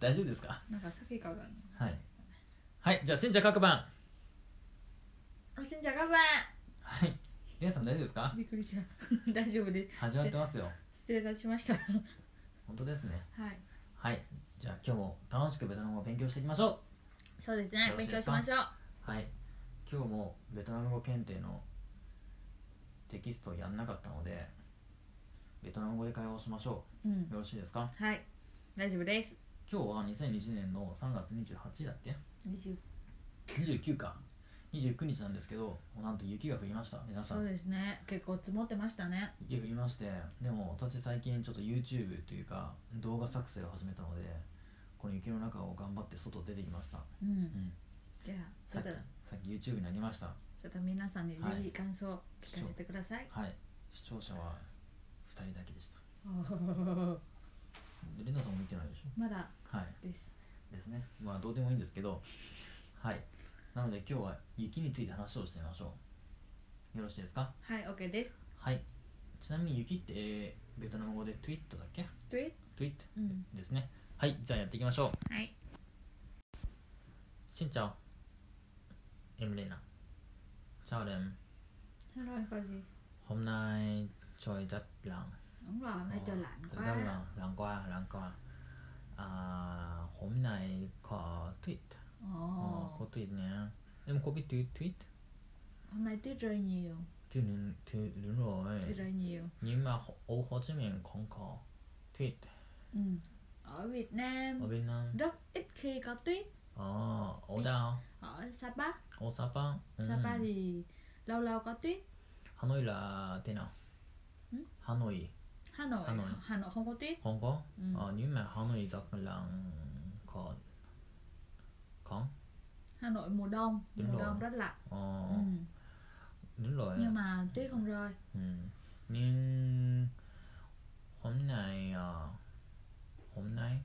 大丈夫ですかなんか酒ががんはいはいじゃあしんちゃん各番おしんちゃん頑張れはい皆さん大丈夫ですかびっくりした 大丈夫で始まってますよす失礼いたしました は本当ですねいはいじゃあ今日も楽しくベトナム語を勉強していきましょそうですねよろし勉いで強すしかましょううはい今日もベトナム語検定のテキストをやんなかったのでベトナム語で会話をしましょうんうよろしいですかはい大丈夫です今日は2020年の3月28だっけ20 29か29日なんですけどなんと雪が降りました皆さそうんですね結構積もってましたね雪降りましてでも私最近ちょっと YouTube というか動画作成を始めたのでこの雪の中を頑張って外出てきました、ううんん、じゃあちさょっっきとさっき YouTube になりましたちょっと皆さんにぜはいひ感想を聞かせてくださ い、はい視聴者は2人だけでしたおーでレナさんも見てないでしまだょはいですですねまあどうでもいいんですけどはいなので今日は雪について話をしてみましょうよろしいですかはい OK ですはいちなみに雪ってえーベトナム語でトゥイットだっけトゥイトゥイットうんですねはいじゃあやっていきましょうはいしんちゃんem Lena chào đêm Hello có gì hôm nay trời rất lạnh đúng rồi hôm nay trời lạnh Ờ, trời quá rất lạnh lạnh quá lạnh quá à, hôm nay có tuyết Ờ, Ồ, có tuyết nè em có biết tuyết tuyết hôm nay tuyết rơi nhiều tuyết đúng- tuyết đúng tuyết rồi rơi nhiều nhưng mà ở Hồ Chí Minh không có tuyết ừ. ở Việt Nam ở Việt Nam Ừ. rất ít khi có tuyết ờ, ở đâu ở Sapa ở Sapa Ừ. Sapa thì lâu lâu có tuyết Hà Nội là thế nào Ừ? Hà Nội Hà Nội Hà Nội. Hà Nội không có tuyết không có ừ. Ờ, nếu mà Hà Nội rất là có có Hà Nội mùa đông Đúng mùa rồi. đông rất lạnh ờ, ừ. đúng rồi nhưng mà tuyết không rơi ừ. nhưng hôm nay ờ, hôm nay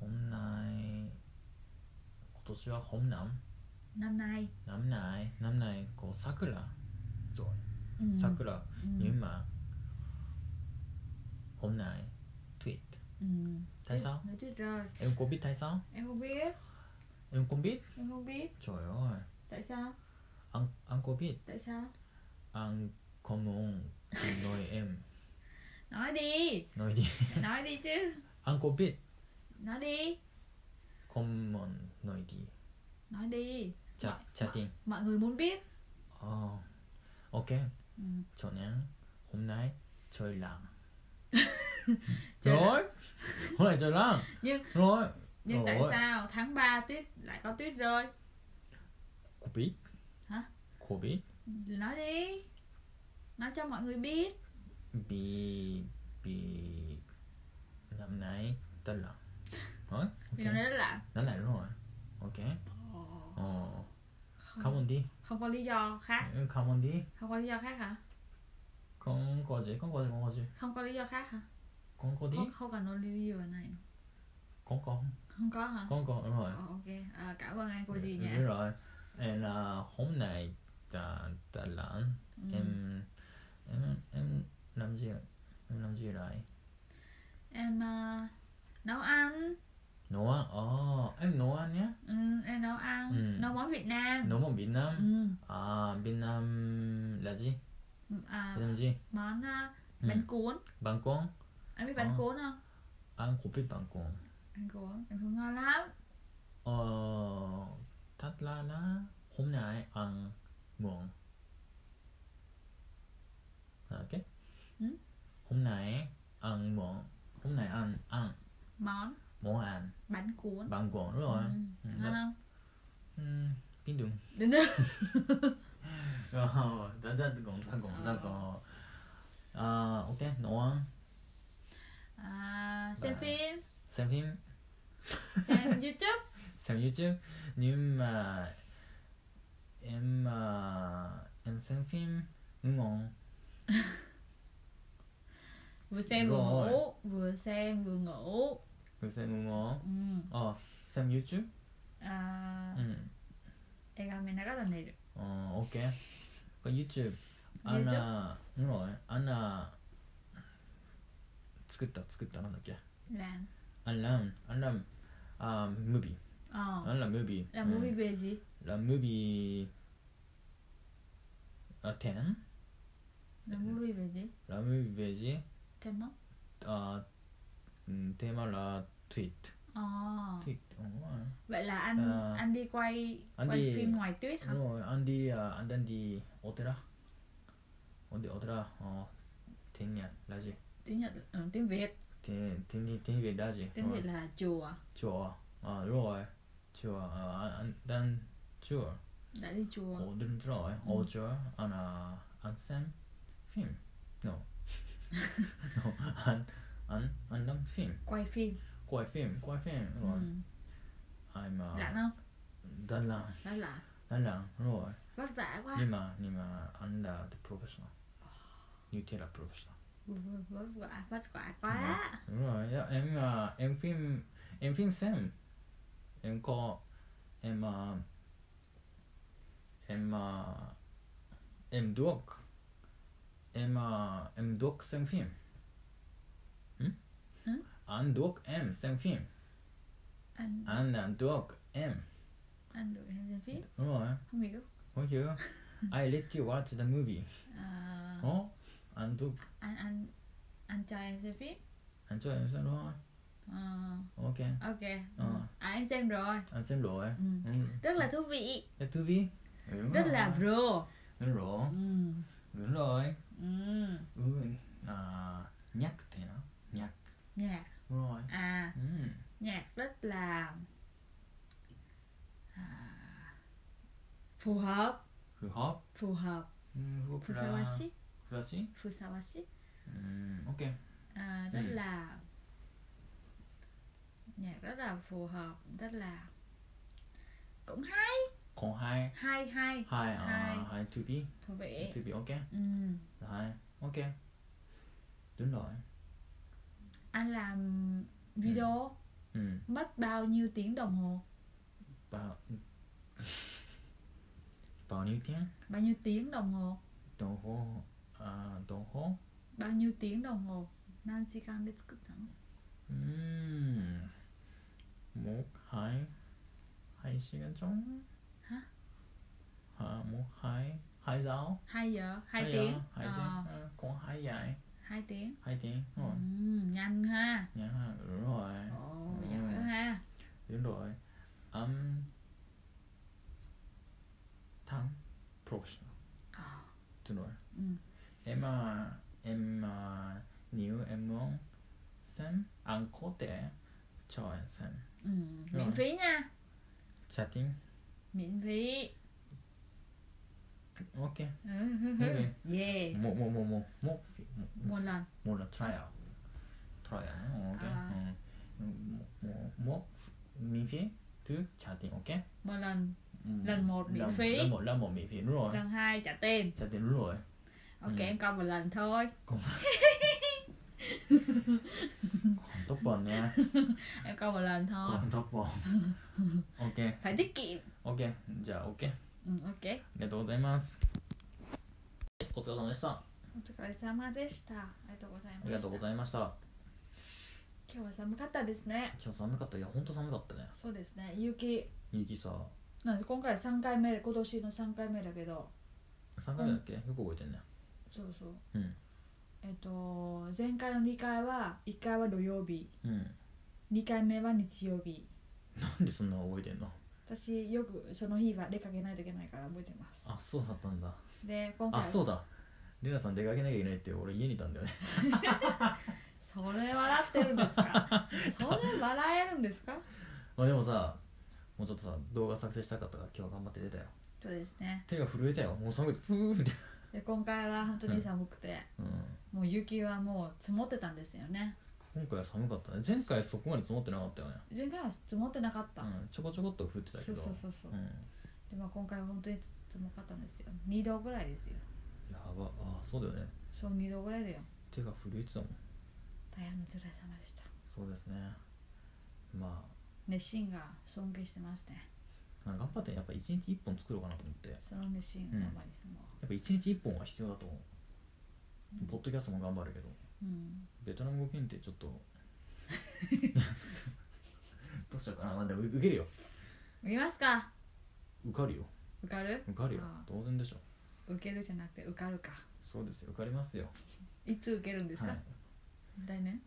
hôm nay 今年は本南 năm nay 南内南内こう桜 rồi ừ. 桜、うん、 ừ. nhưng mà hôm nay tuyết ừ. tại Tuyết- sao nó tuyết rơi em có biết tại sao em không biết em không biết em không biết trời ơi tại sao anh anh có biết tại sao anh không muốn thì nói em nói đi nói đi nói đi chứ anh có biết nói đi không muốn nói đi nói đi chat chatting mọi người muốn biết oh ok ừ. cho nên hôm nay trời lạnh Trời rồi hôm nay trời lạnh nhưng rồi nhưng tại Rồi. sao tháng 3 tuyết lại có tuyết rơi cô biết Hả? cô biết nói đi nói cho mọi người biết bị bị năm nay tên là rồi vì nó ok rất là đó là đúng rồi ok ồ không muốn đi không có lý do khác Ừ, không muốn đi không có lý do khác hả con có gì con có gì con có gì không có lý do khác hả con có đi không, không cần nói lý do này con có không có hả con có đúng rồi Ờ, ok à, cảm ơn anh cô gì đúng nha rồi em là hôm nay ta ta lãn ừ. em em em làm gì em làm gì rồi em à, nấu ăn nấu ăn ồ em nấu ăn nhé ừ, em nấu ăn Ừ. nấu món Việt Nam nấu món Việt Nam ừ. à Việt Nam là gì à, Việt Nam gì món à, Ừ. bánh cuốn bánh cuốn anh biết bánh Ờ. cuốn không ăn cũng biết bánh cuốn bánh cuốn bánh cuốn ngon lắm ờ thật là là hôm nay ăn muộn Ờ, ok Ừ. hôm nay ăn muộn hôm nay ăn ăn món muộn ăn bánh cuốn bánh cuốn đúng rồi Ừ. Ừ, ngon không ừ, bình thường đến đây ờ ta ta cũng ta cũng ta cũng à ok nấu ăn à, xem Và- phim xem phim xem youtube xem youtube nhưng mà em à, em xem phim ngon vừa xem vừa Rồi. ngủ vừa xem vừa ngủ Người xem ngon ừ. Ờ, xem YouTube? à, Ừ. 에가미나가 내려 Ờ, ok. Có YouTube. Anh YouTube? à, đúng rồi. Anh à, 作った作ったなんだっけ 란 anh làm anh làm à, movie ờ anh làm movie là movie về gì là movie à, ten là movie về gì là movie về gì thế mắc à, ừm, tema là tweet ờ 어. tweet đúng rồi vậy là anh Ờ. anh đi quay Anh quay đi- phim ngoài tuyết hả đúng rồi anh đi à, anh đang đi opera anh đi opera ờ, tiếng nhật là gì tiếng nhật ừ, tiếng việt tiếng tiếng tiếng việt là gì tiếng việt là chùa chùa à đúng rồi chùa à, anh- anh đang chùa đã đi chùa 어, 들은 들어요. 어저 하나 안쌤 film. No. no. 안안안남 film. quay phim 꼬이 film. 꼬이 film. ừ. rồi. I'm a lạnh không 달랑 đó là 달랑 rồi. vất vả quá 니마 니마 안다 the professional. 뉴테라 professional. vất vất vả vất vả quá rồi. Yeah, em à em film em film 쌤. em có em à em à em được em à em được xem phim Ừm? Ừ. anh được em xem phim anh anh là được em anh được em xem phim đúng rồi không hiểu không hiểu I let you watch the movie Oh, à, 어 anh được anh anh anh cho em xem phim anh cho em xem rồi Ờ, ok ok Ờ. à em xem rồi anh xem rồi ừ. ừ. rất là thú vị Thế thú vị Đúng rất rồi. là pro đúng rồi Ờ. ừ. đúng rồi Ừ. ừ à nhắc thì nó nhắc nhạc đúng rồi à ừ. nhạc rất là à, phù hợp phù hợp phù hợp ừ, hợp là fusawashi fusashi fusawashi ừ, ok à, rất Ừ. là nhạc rất là phù hợp rất là cũng hay còn hai hay hay hai Hai. à, hai to be thú vị to be ok ừ. Là hai ok đúng rồi anh làm video ừ mất bao nhiêu tiếng đồng hồ bao bao nhiêu tiếng bao nhiêu tiếng đồng hồ đồng hồ à, đồng hồ bao nhiêu tiếng đồng hồ Nancy Kang đi cực thẳng ừ một hai hai 시간 좀 Hả? à, một hai hai giờ hai giờ hai Hay tiếng à, hai Ờ, tiếng à, cũng hai dài hai tiếng hai tiếng ừ. rồi nhanh ha nhá ha đúng rồi ồ Ừ. giỏi ha đúng rồi um, thắng professional Ờ, đúng rồi ừ. em à, em à, nếu em muốn xem anh có thể cho em xem Ừ. miễn Rồi. phí nha chatting miễn phí ok Ừ, hừ, hừ. yeah một một một một một một một lần một là trial trial ok À. ừ. một một một miễn phí thứ chatting ok một lần Ừ. Lần một miễn lần, phí. lần một lần một miễn phí đúng rồi lần hai trả tiền trả tiền đúng rồi ok Ừ. em coi một lần thôi còn tốc bòn nha em coi một lần thôi còn tốc bòn ok phải tiết kiệm ok じゃあ OK あ ừ, ok りがとうございますお疲れ様でしたあお疲れ様でしたありがとうございまりがしとたうご今ざいました日は寒かったですね今日寒かったいや本当寒かったねそうですね雪雪さなんで今回3回目で今年の3回目だけど3回目だっけ、よく覚えてんねそうそううんえっと前回の2回は1回は土曜日 うん2回目は日曜日なんでそんな覚えてんの私よくその日は出かけないといけないから覚えてますあそうだったんだで今回あそうだレナさん出かけなきゃいけないって俺家にいたんだよね それ笑ってるんですか それ笑えるんですかまあでもさもうちょっとさ動画作成したかったから今日は頑張って出たよそうですね手が震えたよもう寒くてふーみたいで今回は本当に寒くて、なうんもう雪はもう積もってたんですよね今回は寒かったね前回そこまで積もってなかったよね、前回は積もってなかった、うん、ちょこちょこっと降ってたけそうどそうそうそう、うん、でも今回は本当につ積もかったんですよ2度ぐらいですよやばあそうだよねそう2度ぐらいだよ手が震えてたもん大変お疲れ様でしたそうですねま熱心が尊敬してますねあまあ頑張ってやっぱ一日一本作ろうかなと思ってやその熱心があまりもっぱ一日一本は必要だと思う、うんポッドキャストも頑張るけどう、うん ベトナム語検定ちょっとどうしようかな、まあ、でも受けるよ受けますか受かるよ受かる受かるよあ当然でしょ受けるじゃなくて受かるかそうですよ受かりますよいつ受けるんですか、はい来年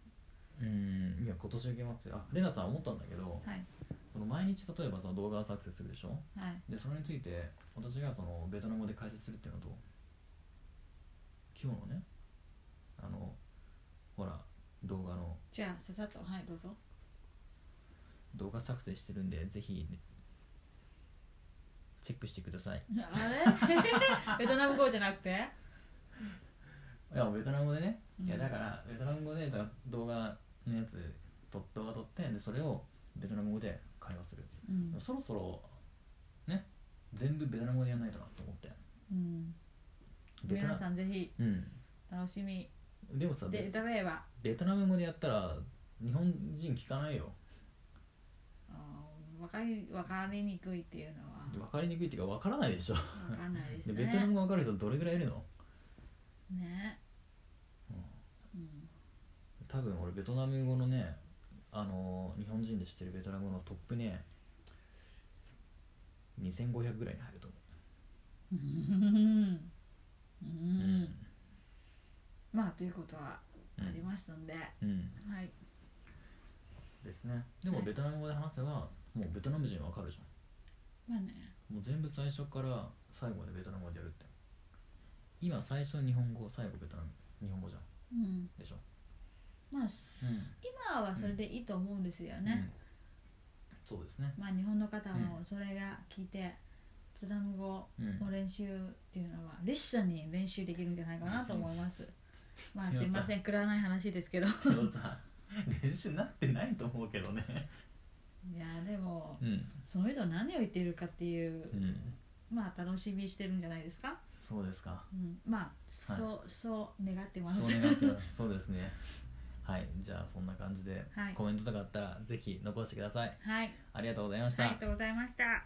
うーんいや今年受けますよあレナさん思ったんだけど、はいその毎日例えばその動画作成するでしょはいでそれについて私がそのベトナム語で解説するっていうのと今日のねあのほら動画のじゃあささっとはいどうぞ動画作成してるんでぜひ、ね、チェックしてくださいあれ ベトナム語じゃなくていやベトナム語でね、うんいやだからベトナム語でだ動画のやつと動画撮ってでそれをベトナム語で会話する、うん、そろそろね全部ベトナム語でやらないとなと思ってうん、ベトナ皆さんぜひうん楽しみでもさしていただければベトナム語でやったら日本人聞かないよあーわかりわかりにくいっていうのは分かりにくいっていうか分からないでしょわかんないですでベねトナム語分かる人どれぐらいいるのねうんうん多分俺ベトナム語のねあのー日本人で知ってるベトナム語のトップね2500ぐらいに入ると思うん、う、ううんまあということはうんありますので、うんはいですねでもはいベトナム語で話せばもうベトナム人分かるじゃまあねんもう全部最初から最後までベトナム語でやるって今最初日本語最後ベトナム日本語じゃんうんでしょまあうん今はそれでいいと思うんですよね、うんそうですねまあ日本の方もそれが聞いてベトナム語うんの練習っていうのはリッションに練習できるんじゃないかなと思いますまあすいませんくらない話で すけどけどさ練習になってないと思うけどねいやでもうんその人何を言っているかっていううんまあ楽しみしてるんじゃないですか、そうですかうん、まあ、はいそうそう願ってますそう願ってます そうですねはいじゃあそんな感じで、はいコメントとかあったらぜひ残してください はいありがとうございました、ありがとうございました。